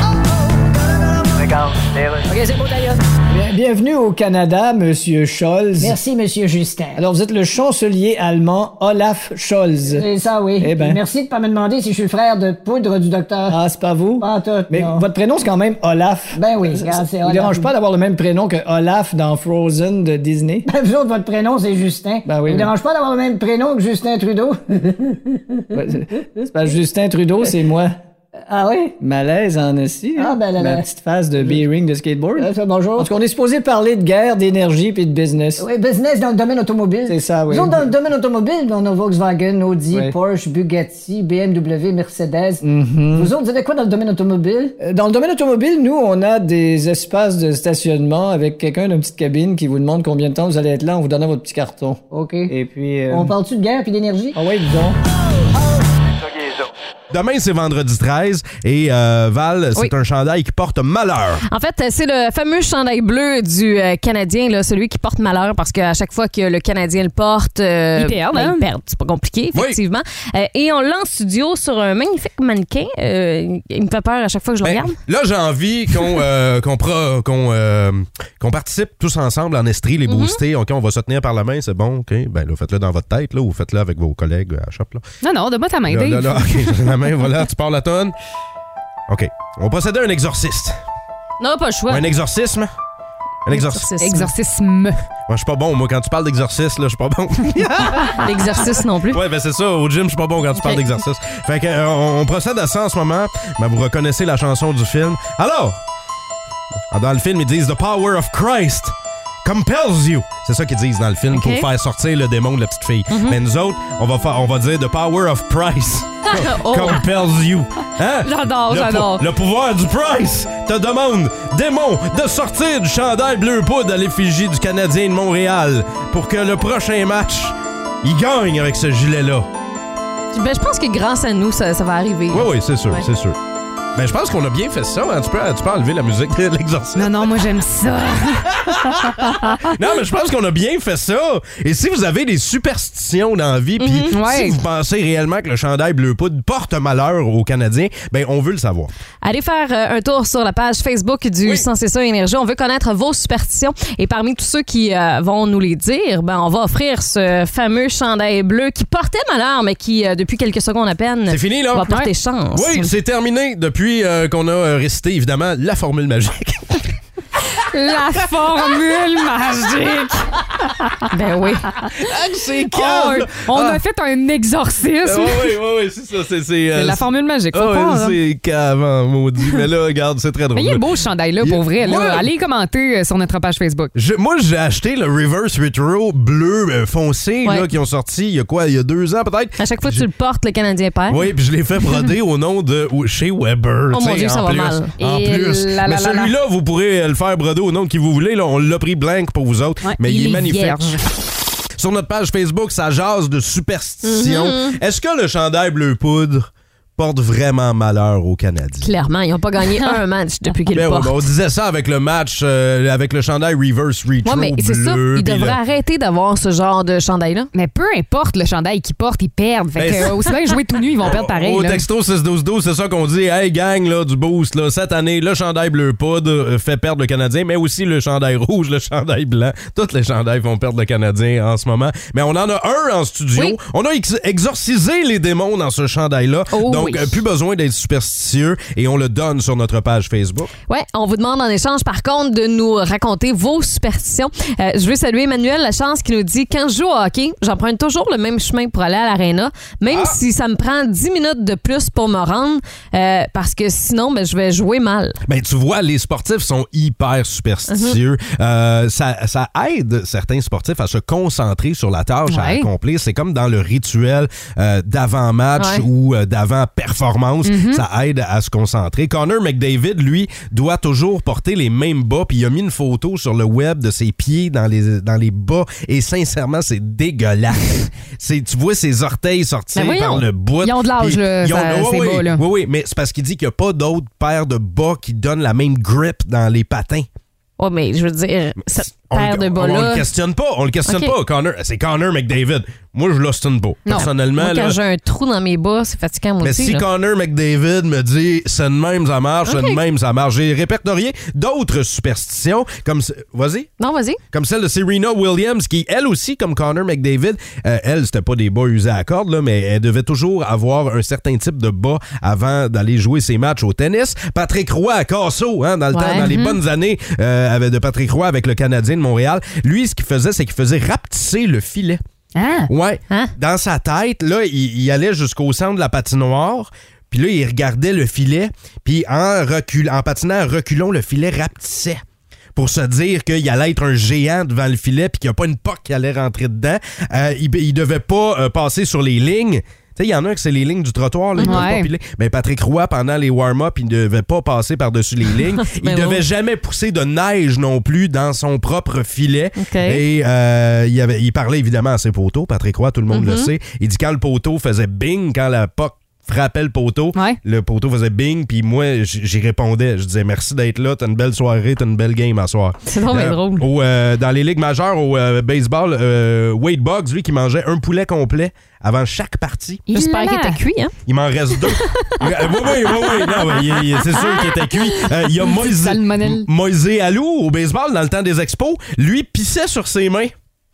Speaker 10: D'accord.
Speaker 8: OK, c'est bon, d'ailleurs.
Speaker 7: ben,
Speaker 10: Bien- Bienvenue au Canada, Monsieur Scholz.
Speaker 8: Merci, Monsieur Justin.
Speaker 10: Alors, vous êtes le chancelier allemand Olaf Scholz.
Speaker 8: C'est ça, oui.
Speaker 10: Eh ben.
Speaker 8: Merci de pas me demander si je suis le frère de poudre du docteur.
Speaker 10: Ah, c'est pas vous?
Speaker 8: Pas en tout,
Speaker 10: Mais
Speaker 8: non.
Speaker 10: votre prénom, c'est quand même Olaf.
Speaker 8: Ben oui,
Speaker 10: Ça-
Speaker 8: regarde, c'est
Speaker 10: ça vous
Speaker 8: Olaf.
Speaker 10: dérange pas d'avoir le même prénom que Olaf dans Frozen de Disney?
Speaker 8: Ben, vous autres, votre prénom, c'est Justin.
Speaker 10: Ben oui,
Speaker 8: Ça vous
Speaker 10: mais-
Speaker 8: dérange pas d'avoir le même prénom que Justin Trudeau?
Speaker 10: Ouais, Bah, c'est- c'est pas Justin Trudeau, c'est moi.
Speaker 8: ah oui?
Speaker 10: Malaise en esti. hein?
Speaker 8: Ah, ben là,
Speaker 10: Ma
Speaker 8: là.
Speaker 10: petite phase de B-ring de skateboard.
Speaker 8: Euh, ça, bonjour.
Speaker 10: En tout cas, on est supposé parler de guerre, d'énergie puis de business.
Speaker 8: Oui, business dans le domaine automobile.
Speaker 10: C'est ça, oui.
Speaker 8: Nous autres, dans le domaine automobile, on a Volkswagen, Audi,
Speaker 10: Oui.
Speaker 8: Porsche, Bugatti, BMW, Mercedes. Vous autres, vous avez quoi dans le domaine automobile?
Speaker 10: Mm-hmm. Euh, Dans le domaine automobile, nous, on a des espaces de stationnement avec quelqu'un d'une petite cabine qui vous demande combien de temps vous allez être là en vous donnant votre petit carton.
Speaker 8: OK.
Speaker 10: Et puis... euh,
Speaker 8: On parle-tu de guerre puis d'énergie?
Speaker 10: Ah ouais, dis donc.
Speaker 3: Demain, c'est vendredi 13 et euh, Val, c'est
Speaker 5: Oui.
Speaker 3: un chandail qui porte
Speaker 4: Ah,
Speaker 3: malheur.
Speaker 5: [LAUGHS] En fait, c'est le fameux chandail bleu du euh, Canadien, là, celui qui porte malheur parce qu'à chaque fois que le Canadien le porte, euh,
Speaker 4: Il perd,
Speaker 5: ben,
Speaker 4: hein?
Speaker 5: il perd. C'est pas compliqué, effectivement. [LAUGHS] Euh, et on l'a en studio sur un magnifique mannequin. Euh, il me fait peur à chaque fois que je le
Speaker 3: Ben,
Speaker 5: regarde.
Speaker 3: là, j'ai envie qu'on euh, qu'on pro- qu'on, euh, qu'on participe tous ensemble en estrie, les boostés. OK, on va se tenir par la main, c'est bon. OK, ben là, faites-le dans votre tête là, ou faites-le avec vos collègues à la shop. Là.
Speaker 4: Non, non, donne-moi ta main,
Speaker 3: Là,
Speaker 4: Dave.
Speaker 3: là, là, OK, la main, voilà, tu pars la tonne. OK, on va procéder à un exorciste.
Speaker 5: Non, pas le
Speaker 3: Ou
Speaker 5: choix.
Speaker 3: un exorcisme. Un exorcisme.
Speaker 4: Exorcisme.
Speaker 3: Moi, je suis pas bon, moi, quand tu parles d'exorcisme, là, je suis pas bon.
Speaker 5: L'exercice non plus.
Speaker 3: Ouais, ben c'est ça, au gym, je suis pas bon quand tu parles d'exercice. Fait que, euh, on, on procède à ça en ce moment. Ben, vous reconnaissez la chanson du film. Alors, ah, dans le film, ils disent The Power of Christ compels you. C'est ça qu'ils disent dans le film
Speaker 5: Ok. Mhm.
Speaker 3: pour faire sortir le démon de la petite fille. Mais nous autres, on va, fa- on va dire The Power of Price
Speaker 5: [LAUGHS] Oh.
Speaker 3: compels you. Hein?
Speaker 4: J'adore,
Speaker 3: Le
Speaker 4: j'adore.
Speaker 3: pou- Le pouvoir du Price te demande, démon, de sortir du chandail bleu poudre à l'effigie du Canadien de Montréal pour que le prochain match, il gagne avec ce gilet-là.
Speaker 5: Ben, je pense que grâce à nous, ça, ça va arriver.
Speaker 3: Oui, oui, c'est sûr,
Speaker 5: Ouais.
Speaker 3: c'est sûr. Mais je pense qu'on a bien fait ça. hein. Tu, peux, tu peux enlever la musique de l'exorcisme.
Speaker 5: Ah
Speaker 4: Non, non, moi j'aime ça.
Speaker 3: Non, mais je pense qu'on a bien fait ça. Et si vous avez des superstitions dans la vie, puis
Speaker 4: Ouais.
Speaker 3: si vous pensez réellement que le chandail bleu poudre porte malheur aux Canadiens, ben on veut le savoir.
Speaker 5: Allez faire euh, un tour sur la page Facebook du Sans C'est ça Énergie. On veut connaître vos superstitions. Et parmi tous ceux qui euh, vont nous les dire, ben, on va offrir ce fameux chandail bleu qui portait malheur, mais qui, euh, depuis quelques secondes à peine,
Speaker 3: C'est fini, là?
Speaker 5: va porter chance.
Speaker 3: Oui, c'est terminé depuis euh, qu'on a euh, récité, évidemment, la formule magique.
Speaker 4: [LAUGHS] La formule magique.
Speaker 5: [LAUGHS] Ben oui.
Speaker 3: [LAUGHS] c'est Ah.
Speaker 4: Oh, on a fait un exorcisme.
Speaker 3: Oui, oui, oui, c'est ça. C'est, c'est, euh,
Speaker 4: C'est la formule magique, faut
Speaker 3: Ah ouais,
Speaker 4: pas, hein.
Speaker 3: c'est cave, hein, maudit. Mais là, regarde, c'est très drôle.
Speaker 4: Mais il est beau ce chandail-là,
Speaker 3: Il-
Speaker 4: pour vrai. là.
Speaker 3: Ouais.
Speaker 4: Allez commenter euh, sur notre page Facebook.
Speaker 3: Je- moi, j'ai acheté le Reverse Retro bleu euh, foncé
Speaker 5: Ouais.
Speaker 3: là, qui ont sorti il y a quoi, il y a deux ans peut-être.
Speaker 5: À chaque fois que
Speaker 3: J'ai-
Speaker 5: tu le portes, le Canadien perd.
Speaker 3: Oui, puis je l'ai
Speaker 5: [LAUGHS]
Speaker 3: fait broder au nom de ou- chez Weber.
Speaker 5: Ah. Oh
Speaker 3: tu sais,
Speaker 5: mon Dieu,
Speaker 3: en
Speaker 5: ça va
Speaker 3: plus.
Speaker 5: mal.
Speaker 3: En
Speaker 4: Et
Speaker 3: plus.
Speaker 4: la, la,
Speaker 3: Mais
Speaker 4: la, la.
Speaker 3: celui-là, vous pourrez euh, le faire broder au nom de qui vous voulez. Là, on l'a pris blanc pour vous autres,
Speaker 4: Ouais,
Speaker 3: mais il, est magnifique.
Speaker 4: vierge.
Speaker 3: Sur notre page Facebook, ça jase de superstition.
Speaker 5: Mm-hmm.
Speaker 3: Est-ce que le chandail bleu poudre porte vraiment malheur aux Canadiens?
Speaker 5: Clairement, ils n'ont
Speaker 3: [LAUGHS]
Speaker 5: pas gagné un match depuis qu'ils
Speaker 3: Ben
Speaker 5: le
Speaker 3: oui,
Speaker 5: portent.
Speaker 3: ben on disait ça avec le match, euh, avec le chandail Reverse Retro
Speaker 5: Ouais, mais c'est ça.
Speaker 3: bleu,
Speaker 5: Ils
Speaker 3: puis le-
Speaker 5: devraient arrêter d'avoir ce genre de chandail-là.
Speaker 4: Mais peu importe le chandail qu'ils portent, ils perdent. Fait
Speaker 3: Ben,
Speaker 4: que,
Speaker 3: c'est-
Speaker 4: euh, aussi bien jouer tout nu, ils vont perdre pareil.
Speaker 3: Au
Speaker 4: là.
Speaker 3: texto 6-12-12, c'est ça qu'on dit. Hey gang, là, du boost, là, cette année, le chandail bleu poudre euh, fait perdre le Canadien, mais aussi le chandail rouge, le [LAUGHS] chandail blanc. Tous les chandails vont perdre le Canadien en ce moment. Mais on en a un en studio.
Speaker 5: Oui.
Speaker 3: On a ex- exorcisé les démons dans ce chandail-là.
Speaker 4: Oh
Speaker 3: Donc,
Speaker 4: oui.
Speaker 3: euh, plus besoin d'être superstitieux et on le donne sur notre page Facebook.
Speaker 5: Ouais, on vous demande en échange, par contre, de nous raconter vos superstitions. Euh, je veux saluer Emmanuel Lachance qui nous dit Quand je joue au hockey, j'emprunte toujours le même chemin pour aller à l'aréna, même
Speaker 3: Ah!
Speaker 5: si ça me prend 10 minutes de plus pour me rendre, euh, parce que sinon, ben, je vais jouer mal.
Speaker 3: Ben, tu vois, les sportifs sont hyper superstitieux.
Speaker 4: Mhm.
Speaker 3: Euh, ça, ça aide certains sportifs à se concentrer sur la tâche à
Speaker 4: Ouais.
Speaker 3: accomplir. C'est comme dans le rituel euh, d'avant-match
Speaker 5: Ouais.
Speaker 3: ou euh, d'avant-performance.
Speaker 4: Mhm.
Speaker 3: Ça aide à se concentrer. Connor McDavid, lui, doit toujours porter les mêmes bas. Puis il a mis une photo sur le web de ses pieds dans les, dans les bas. Et sincèrement, c'est dégueulasse. [LAUGHS] c'est, tu vois ses orteils sortir
Speaker 4: Ben voyons.
Speaker 3: par le bout.
Speaker 4: Ils ont de l'âge,
Speaker 3: Puis
Speaker 4: là,
Speaker 3: ils ont-
Speaker 4: ça-
Speaker 3: Ouais,
Speaker 4: ces
Speaker 3: ouais.
Speaker 4: bas-là.
Speaker 3: Oui, oui, mais c'est parce qu'il dit qu'il n'y a pas d'autres paires de bas qui donnent la même grip dans les patins.
Speaker 5: Oh, mais je veux dire, ça,
Speaker 3: on,
Speaker 5: paire de
Speaker 3: on-
Speaker 5: bas-là.
Speaker 3: on le questionne pas, on le questionne
Speaker 5: Ok.
Speaker 3: pas. Connor, c'est Connor McDavid. Moi, je l'ostine pas.
Speaker 5: Non.
Speaker 3: Personnellement,
Speaker 5: Moi, quand
Speaker 3: là,
Speaker 5: j'ai un trou dans mes bas, c'est fatigant, moi
Speaker 3: mais
Speaker 5: aussi.
Speaker 3: si
Speaker 5: là.
Speaker 3: Connor McDavid me dit c'est de même, ça marche, c'est
Speaker 5: Ok.
Speaker 3: de même, ça marche, j'ai répertorié d'autres superstitions, comme. ce- Vas-y.
Speaker 5: Non, vas-y.
Speaker 3: Comme celle de Serena Williams, qui, elle aussi, comme Connor McDavid, euh, elle, c'était pas des bas usés à cordes, là, mais elle devait toujours avoir un certain type de bas avant d'aller jouer ses matchs au tennis. Patrick Roy à Casso, hein, dans le
Speaker 13: Ouais.
Speaker 3: temps, dans les
Speaker 13: Mhm.
Speaker 3: bonnes années euh, avec- de Patrick Roy avec le Canadien de Montréal, lui, ce qu'il faisait, c'est qu'il faisait rapetisser le filet.
Speaker 4: Hein?
Speaker 13: Hein?
Speaker 3: Ouais. Dans sa tête, là, il, il allait jusqu'au centre de la patinoire. Puis là, il regardait le filet. Puis en, recul, en patinant en reculant, le filet rapetissait. Pour se dire qu'il allait être un géant devant le filet puis qu'il n'y a pas une poque qui allait rentrer dedans. Euh, il, il devait pas euh, passer sur les lignes. Tu sais, il y en a que c'est les lignes du trottoir. Là, ils peuvent
Speaker 13: Ouais.
Speaker 3: pas piler. Ben, Patrick Roy, pendant les warm-up, il ne devait pas passer
Speaker 13: [LAUGHS]
Speaker 3: par-dessus les lignes. il
Speaker 13: Ben
Speaker 3: devait
Speaker 13: non.
Speaker 3: jamais pousser de neige non plus dans son propre filet.
Speaker 13: OK.
Speaker 3: Et euh, il, avait- il parlait évidemment à ses poteaux. Patrick Roy, tout le monde le
Speaker 5: Mm-hmm.
Speaker 13: Mhm.
Speaker 3: sait. Il dit quand le poteau faisait bing, quand la POC frappait le poteau, le poteau faisait bing, puis moi, j- j'y répondais. Je disais merci d'être là, t'as une belle soirée, t'as une belle game à soir.
Speaker 5: C'est drôle, Oh, mais drôle.
Speaker 3: au, euh, dans les ligues majeures, au euh, baseball, euh, Wade Boggs, lui, qui mangeait un poulet complet avant chaque partie.
Speaker 5: J'espère qu'il était cuit, hein?
Speaker 3: Il m'en reste
Speaker 5: [LAUGHS]
Speaker 3: deux. Euh, oui, oui, oui, oui. Non, mais il- il- c'est sûr qu'il était cuit. Euh, il y a Moïse, Moïse Alou au baseball dans le temps des expos. Lui pissait sur ses mains.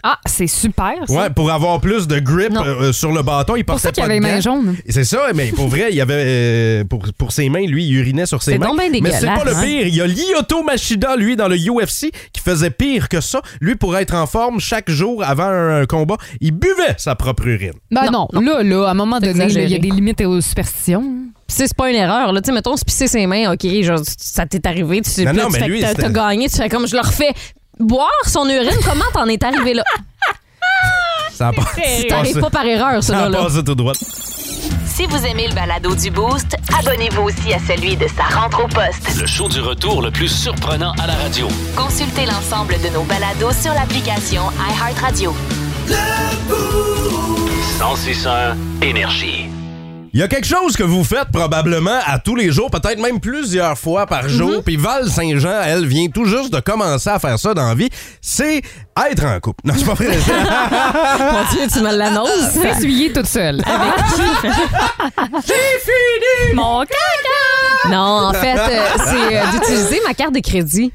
Speaker 4: Ah, c'est super. Ça.
Speaker 3: Ouais, pour avoir plus de grip
Speaker 4: Non.
Speaker 3: euh, sur le bâton, il
Speaker 4: Pour
Speaker 3: portait
Speaker 4: ça qu'il
Speaker 3: pas
Speaker 4: avait
Speaker 3: de
Speaker 4: les mains
Speaker 3: gants.
Speaker 4: jaunes.
Speaker 3: Et C'est ça, mais pour vrai, il y avait euh, pour, pour ses mains, lui, il urinait sur ses
Speaker 4: C'est
Speaker 3: mains.
Speaker 4: donc bien
Speaker 3: mais c'est pas le
Speaker 4: dégueulasse, hein.
Speaker 3: pire, il y a Lyoto Machida lui dans le UFC qui faisait pire que ça. Lui pour être en forme chaque jour avant un, un combat, il buvait sa propre urine.
Speaker 4: Ben non, là, là, à un moment donné, là, il y
Speaker 5: exagéré.
Speaker 4: a des limites aux superstitions.
Speaker 5: Puis c'est pas une erreur. Là. Tu sais, mettons, se pisser ses mains, OK, genre, ça t'est arrivé, tu sais
Speaker 4: Non,
Speaker 5: plus,
Speaker 4: non,
Speaker 5: tu
Speaker 4: mais
Speaker 5: fais que
Speaker 4: lui,
Speaker 5: t'as-
Speaker 4: c'était-
Speaker 5: t'as gagné, tu fais comme je le refais. Boire son urine, comment t'en es arrivé
Speaker 4: [LAUGHS]
Speaker 5: là?
Speaker 3: Ça a pas-
Speaker 5: Si t'arrives pas par erreur, ça,
Speaker 3: Ça a
Speaker 5: là.
Speaker 3: passé tout droit.
Speaker 1: Si vous aimez le balado du Boost, abonnez-vous aussi à celui de sa rentre au poste.
Speaker 2: Le show du retour le plus surprenant à la radio.
Speaker 1: Consultez l'ensemble de nos balados sur l'application iHeartRadio.
Speaker 2: 1061 Énergie.
Speaker 3: Il y a quelque chose que vous faites probablement à tous les jours, peut-être même plusieurs fois par jour. Puis Val Saint-Jean, elle vient tout juste de commencer à faire ça dans la vie. C'est être en couple. Non, c'est pas vrai.
Speaker 5: Mon Dieu, tu me
Speaker 4: [LAUGHS]
Speaker 5: l'annonces.
Speaker 4: S'essuyer toute seule.
Speaker 5: [LAUGHS] J'ai fini mon caca! Non, en fait, euh, c'est euh, d'utiliser ma carte de crédit.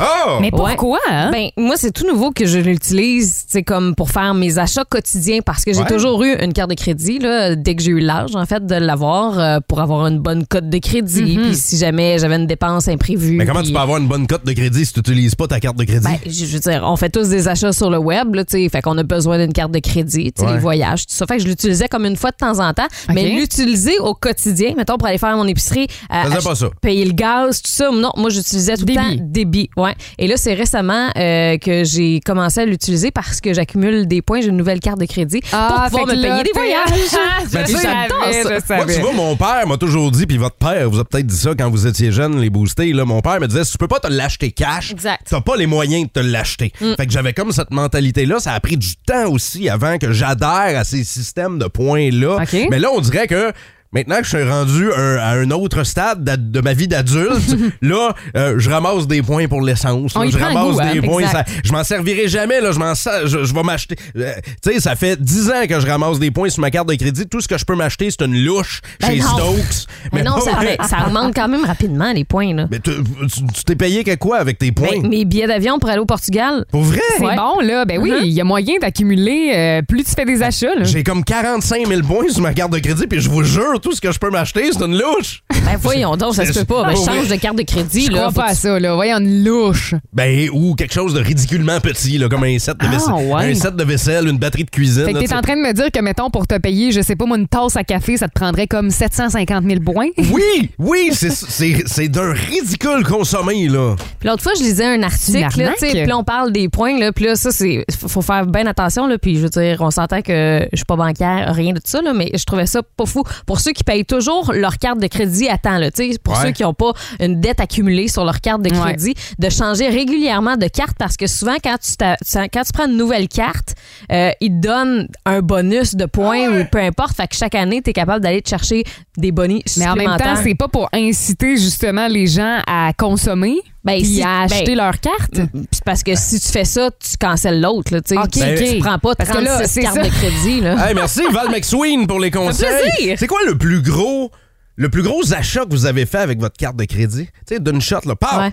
Speaker 3: Oh!
Speaker 4: Mais pourquoi, hein?
Speaker 5: Ben, moi, c'est tout nouveau que je l'utilise, c'est comme pour faire mes achats quotidiens parce que j'ai
Speaker 4: Ouais.
Speaker 5: toujours eu une carte de crédit, là, dès que j'ai eu l'âge, en fait, de l'avoir euh, pour avoir une bonne cote de crédit.
Speaker 3: Mhm.
Speaker 5: Puis si jamais j'avais une dépense imprévue.
Speaker 3: Mais comment
Speaker 5: puis-
Speaker 3: tu peux avoir une bonne cote de crédit si tu n'utilises pas ta carte de crédit?
Speaker 5: Ben, je je veux dire, on fait tous des achats sur le web, là, tu sais, fait qu'on a besoin d'une carte de crédit, tu sais,
Speaker 3: Ouais.
Speaker 5: les voyages, tout ça. Fait que je l'utilisais comme une fois de temps en temps, mais l'utiliser au quotidien, mettons, pour aller faire mon épicerie, euh,
Speaker 3: Faisais
Speaker 5: ach-
Speaker 3: pas ça.
Speaker 5: payer le gaz, tout ça. Non, moi, j'utilisais tout le temps débit. Ouais. Et là, c'est récemment euh, que j'ai commencé à l'utiliser parce que j'accumule des points, j'ai une nouvelle carte de crédit
Speaker 4: Ah,
Speaker 5: pour pouvoir
Speaker 4: fait
Speaker 5: me
Speaker 4: que là,
Speaker 5: payer des
Speaker 4: t'es- [LAUGHS] Ah,
Speaker 5: voyages.
Speaker 4: je
Speaker 5: Et
Speaker 4: savais,
Speaker 5: j'adore
Speaker 4: je
Speaker 5: ça.
Speaker 3: Moi, tu vois, mon père m'a toujours dit, puis votre père vous a peut-être dit ça quand vous étiez jeune, les boostés. Là, mon père me disait, si tu peux pas te l'acheter cash, t'as pas les moyens de te l'acheter.
Speaker 13: Mm.
Speaker 3: Fait que j'avais comme cette mentalité-là. Ça a pris du temps aussi avant que j'adhère à ces systèmes de points-là. Mais là, on dirait que... Maintenant que je suis rendu un- à un autre stade d'ad- de ma
Speaker 13: [LAUGHS]
Speaker 3: vie d'adulte, là, euh, je ramasse des points pour l'essence. là.
Speaker 13: On y
Speaker 3: Je
Speaker 13: prend
Speaker 3: ramasse
Speaker 13: goût, hein.
Speaker 3: des points.
Speaker 13: Exact.
Speaker 3: ça- Ah, je m'en servirai jamais, là. Je m'en sa- je, je vais m'acheter. euh, tu sais, ça fait 10 ans que je ramasse des points sur ma carte de crédit. Tout ce que je peux m'acheter, c'est une louche
Speaker 5: Ben
Speaker 3: chez
Speaker 5: non.
Speaker 3: Stokes.
Speaker 5: [LAUGHS] Mais non,
Speaker 3: pas
Speaker 5: ça,
Speaker 3: vrai.
Speaker 5: ça remonte quand même rapidement les points. Là.
Speaker 3: Mais tu tu- tu t'es payé que quoi avec tes points?
Speaker 5: Ben, mes billets d'avion pour aller au Portugal.
Speaker 3: Pour vrai?
Speaker 4: C'est bon, là. Ben
Speaker 5: Mm-hmm.
Speaker 4: oui, il y a moyen d'accumuler euh, plus tu fais
Speaker 5: Ben,
Speaker 4: des achats, là.
Speaker 3: J'ai comme 45 000 points sur ma carte de crédit, puis je vous jure, tout ce que je peux m'acheter, c'est une louche.
Speaker 5: Ben voyons donc, ça se peut pas. Ben, je
Speaker 3: Pour
Speaker 5: change
Speaker 3: vrai.
Speaker 5: de carte de crédit.
Speaker 4: Je
Speaker 5: là,
Speaker 4: crois
Speaker 5: Faut
Speaker 4: pas
Speaker 5: que
Speaker 4: à ça, là. Voyons, une louche.
Speaker 3: Ben, ou quelque chose de ridiculement petit, là, comme un set de
Speaker 4: Ah,
Speaker 3: vaisselle.
Speaker 4: ouais.
Speaker 3: Un set de vaisselle, une batterie de cuisine.
Speaker 4: Fait que
Speaker 3: là,
Speaker 4: t'es en train de me dire que, mettons, pour te payer, je sais pas, moi, une tasse à café, ça te prendrait comme 750 000 points.
Speaker 3: Oui, oui, c'est- c'est c'est d'un ridicule consommé, là.
Speaker 5: Puis l'autre fois, je lisais un
Speaker 4: C'est
Speaker 5: article,
Speaker 4: une
Speaker 5: là,
Speaker 4: arnaque.
Speaker 5: tu sais, puis là, on parle des points, là, puis là, ça, c'est, faut faire bien attention, là, puis je veux dire, on s'entend que je suis pas bancaire, rien de tout ça, là, mais je trouvais ça pas fou. Pour ceux qui payent toujours leur carte de crédit à temps, là, tu sais, pour
Speaker 4: Ouais.
Speaker 5: ceux qui ont pas une dette accumulée sur leur carte de crédit, de changer régulièrement de carte parce que souvent, quand tu, t'a- tu- quand tu prends une nouvelle carte, euh, ils te donnent un bonus de
Speaker 4: Ah
Speaker 5: points ou peu importe, fait que chaque année, tu es capable d'aller te chercher des bonus
Speaker 4: Mais en
Speaker 5: supplémentaires.
Speaker 4: même temps, c'est pas pour inciter justement les gens à consommer.
Speaker 5: Ben,
Speaker 4: Puis
Speaker 5: si-
Speaker 4: à
Speaker 5: ben,
Speaker 4: acheter leur carte?
Speaker 5: C'est parce que si tu fais ça, tu cancelles l'autre. Là, tu sais.
Speaker 4: OK,
Speaker 5: Tu-
Speaker 4: OK.
Speaker 5: Tu prends pas
Speaker 4: Parce que
Speaker 5: 36
Speaker 4: là, c'est
Speaker 5: cartes
Speaker 4: ça.
Speaker 5: de crédit. Là.
Speaker 3: Hey,
Speaker 5: [LAUGHS]
Speaker 3: merci Val McSween pour les conseils.
Speaker 5: plaisir.
Speaker 3: C'est quoi le plus gros le plus gros achat que vous avez fait avec votre carte de crédit Tu sais d'une shot là, paf. Le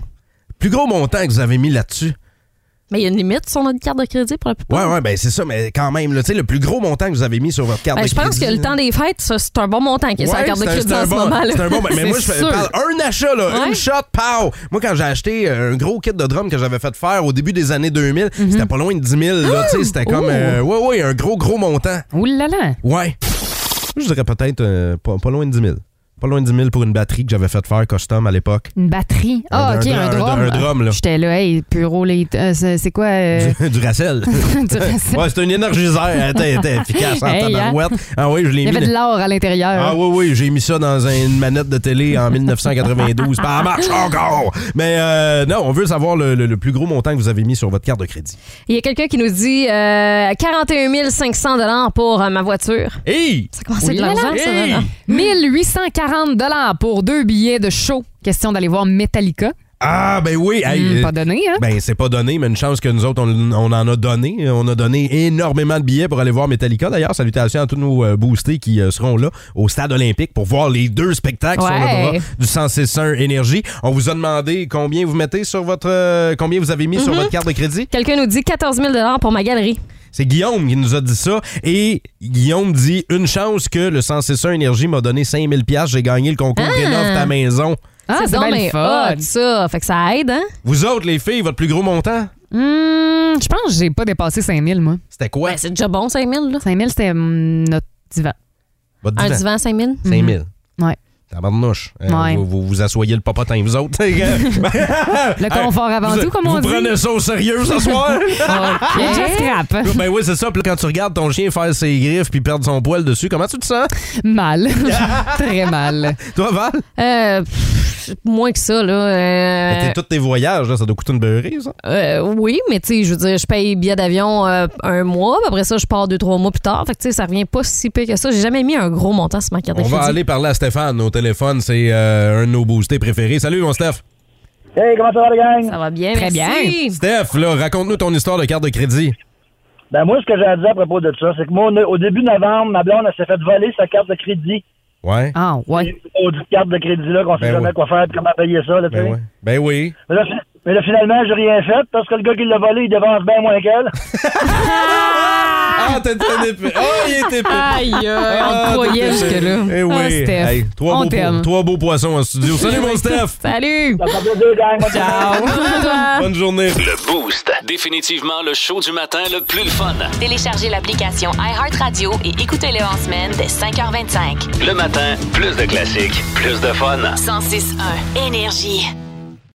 Speaker 3: Plus gros montant que vous avez mis là-dessus.
Speaker 5: Mais il y a une limite sur notre carte de crédit pour la plupart.
Speaker 3: Ouais ouais, ben c'est ça mais quand même là, tu sais le plus gros montant que vous avez mis sur votre carte
Speaker 5: Ben,
Speaker 3: de
Speaker 5: je
Speaker 3: crédit.
Speaker 5: pense que le
Speaker 3: là.
Speaker 5: temps des fêtes, ça, c'est un bon montant qui est sur la
Speaker 3: Ouais,
Speaker 5: carte de
Speaker 3: c'est un-
Speaker 5: crédit
Speaker 3: c'est un
Speaker 5: en ce
Speaker 3: bon-
Speaker 5: moment. là.
Speaker 3: C'est un bon.
Speaker 5: [LAUGHS]
Speaker 3: Mais moi, je
Speaker 5: C'est
Speaker 3: fais-
Speaker 5: sûr.
Speaker 3: parle un achat, là,
Speaker 5: Ouais.
Speaker 3: une shot, pow! Moi, quand j'ai acheté euh, un gros kit de drum que j'avais fait faire au début des années 2000,
Speaker 5: Mhm.
Speaker 3: c'était pas loin de 10 000, là, tu sais, c'était comme.
Speaker 4: Oh!
Speaker 3: euh, ouais, ouais, un gros, gros montant.
Speaker 4: Ouh là là.
Speaker 3: Ouais. Je dirais peut-être euh, pas, pas loin de 10 000. Pas loin de 10 000 pour une batterie que j'avais fait faire custom à l'époque.
Speaker 4: Une batterie. Ah,
Speaker 3: Un-
Speaker 4: OK,
Speaker 3: un-
Speaker 4: un,
Speaker 3: un-
Speaker 4: drum.
Speaker 3: un drum, là.
Speaker 4: J'étais là, hey, Puro, les- euh, c'est c'est quoi? euh,
Speaker 3: Du, du Racel.
Speaker 4: [LAUGHS] Du Racel.
Speaker 3: [LAUGHS] Ouais, c'est un énergiseur. Elle était- elle était efficace en
Speaker 4: Hey, hein?
Speaker 3: tabarouette. Ah oui, je l'ai
Speaker 4: Il y
Speaker 3: mis.
Speaker 4: avait
Speaker 3: dans-
Speaker 4: de l'or à l'intérieur.
Speaker 3: Ah oui, oui, j'ai mis ça dans une manette de télé en 1992. Pas marche encore! Mais euh, non, on veut savoir le, le- le plus gros montant que vous avez mis sur votre carte de crédit.
Speaker 5: Il y a quelqu'un qui nous dit euh, 41 500 pour euh, ma voiture.
Speaker 3: Hey!
Speaker 5: Ça commence à être de
Speaker 4: Ouh là
Speaker 5: l'argent,
Speaker 4: là.
Speaker 5: ça. hein. là,
Speaker 4: Hey!
Speaker 5: là.
Speaker 4: 1840 pour deux billets de show. Question d'aller voir Metallica.
Speaker 3: Ah, ben oui! hey,
Speaker 4: Hmm,
Speaker 3: euh,
Speaker 4: pas donné, hein?
Speaker 3: Ben, c'est pas donné, mais une chance que nous autres, on, on en a donné. On a donné énormément de billets pour aller voir Metallica. D'ailleurs, salutations à tous nos euh, boostés qui euh, seront là au Stade olympique pour voir les deux spectacles sur le
Speaker 4: Ouais.
Speaker 3: bras du 106.1 Énergie. On vous a demandé combien vous mettez sur votre... euh, combien vous avez mis sur
Speaker 5: Mhm.
Speaker 3: votre carte de crédit.
Speaker 5: Quelqu'un nous dit 14 000 pour ma galerie.
Speaker 3: C'est Guillaume qui nous a dit ça. Et Guillaume dit une chance que le 106.1 Énergie m'a donné 5000 pièces. J'ai gagné le
Speaker 5: Ah!
Speaker 3: concours Rénove ta maison.
Speaker 4: Ah, c'est
Speaker 5: donc
Speaker 4: bien le
Speaker 5: bien
Speaker 4: fun.
Speaker 5: hot, ça. Fait que ça aide, hein?
Speaker 3: Vous autres, les filles, votre plus gros montant,
Speaker 4: Hmm, je pense que j'ai pas dépassé 5000, moi.
Speaker 3: c'était quoi?
Speaker 5: Ben, c'est déjà bon, 5 000. là.
Speaker 4: 5000, c'était hum, notre divan.
Speaker 3: Votre
Speaker 5: Un
Speaker 3: divan.
Speaker 5: divan, 5 000.
Speaker 3: 5000.
Speaker 4: Mhm. Ouais.
Speaker 3: Tabarnouche. Euh,
Speaker 4: Ouais.
Speaker 3: vous, vous vous assoyez le papotin, vous
Speaker 4: [LAUGHS]
Speaker 3: autres.
Speaker 4: Le
Speaker 3: le
Speaker 4: confort avant Ah, ben, tout, comme on dit.
Speaker 3: Vous prenez ça au sérieux ce
Speaker 4: [LAUGHS]
Speaker 3: soir?
Speaker 4: OK. Je scrape.
Speaker 3: ben oui, c'est ça. Puis quand tu regardes ton chien faire ses griffes puis perdre son poil dessus, comment tu te sens?
Speaker 4: [LAUGHS] Mal. [LAUGHS] Très mal.
Speaker 3: Toi, Val?
Speaker 5: Euh, pff, moins que ça, là. euh,
Speaker 3: Ben, T'es- Tous tes voyages, là, ça doit coûter une beurrée, ça.
Speaker 5: Euh, oui, mais tu sais, je veux dire, je paye billet d'avion euh, un mois, puis après ça, je pars deux, trois mois plus tard. Fait que tu sais, ça revient pas si pire que ça. J'ai jamais mis un gros montant sur ma carte de
Speaker 3: On va
Speaker 5: crédit.
Speaker 3: aller parler à Stéphane au téléphone. C'est euh, un de nos boostés préférés. Salut, mon Steph.
Speaker 12: Hey, comment ça va, les gangs?
Speaker 5: Ça va bien,
Speaker 4: Très
Speaker 5: merci.
Speaker 3: Steph, là, raconte-nous ton histoire de carte de crédit.
Speaker 12: Ben, moi, ce que j'ai à dire à propos de ça, c'est que moi, on a- au début novembre, ma blonde, elle s'est fait voler sa carte de crédit.
Speaker 3: Ouais.
Speaker 4: Ah, ouais.
Speaker 12: Au du carte de crédit, là, qu'on sait
Speaker 3: Ben
Speaker 12: jamais
Speaker 3: ouais.
Speaker 12: quoi faire, comment payer ça, là, tu sais.
Speaker 3: Ben, ouais. ben oui.
Speaker 12: Mais là, fi- mais là, finalement, j'ai rien fait parce que le gars qui l'a volé, il devance bien moins qu'elle.
Speaker 3: Ah, t'as t'as épais. Oh, il est épais.
Speaker 5: Aïe, euh, on te
Speaker 3: Ah,
Speaker 5: croyait
Speaker 3: t'as été-
Speaker 5: jusque-là.
Speaker 3: Eh oui.
Speaker 4: Ah, Steph,
Speaker 3: Hey, trois,
Speaker 4: on
Speaker 3: beaux
Speaker 4: t'aime.
Speaker 3: po- trois beaux poissons en studio. Salut,
Speaker 4: [LAUGHS]
Speaker 3: mon Steph.
Speaker 5: Salut!
Speaker 12: Ça fait deux gangs, moi,
Speaker 3: Bonne journée.
Speaker 2: Le Boost. Définitivement le show du matin le plus le fun.
Speaker 1: Téléchargez l'application iHeartRadio et écoutez-le en semaine dès 5h25.
Speaker 2: Le matin, plus de classiques, plus de fun.
Speaker 1: 106.1 Énergie.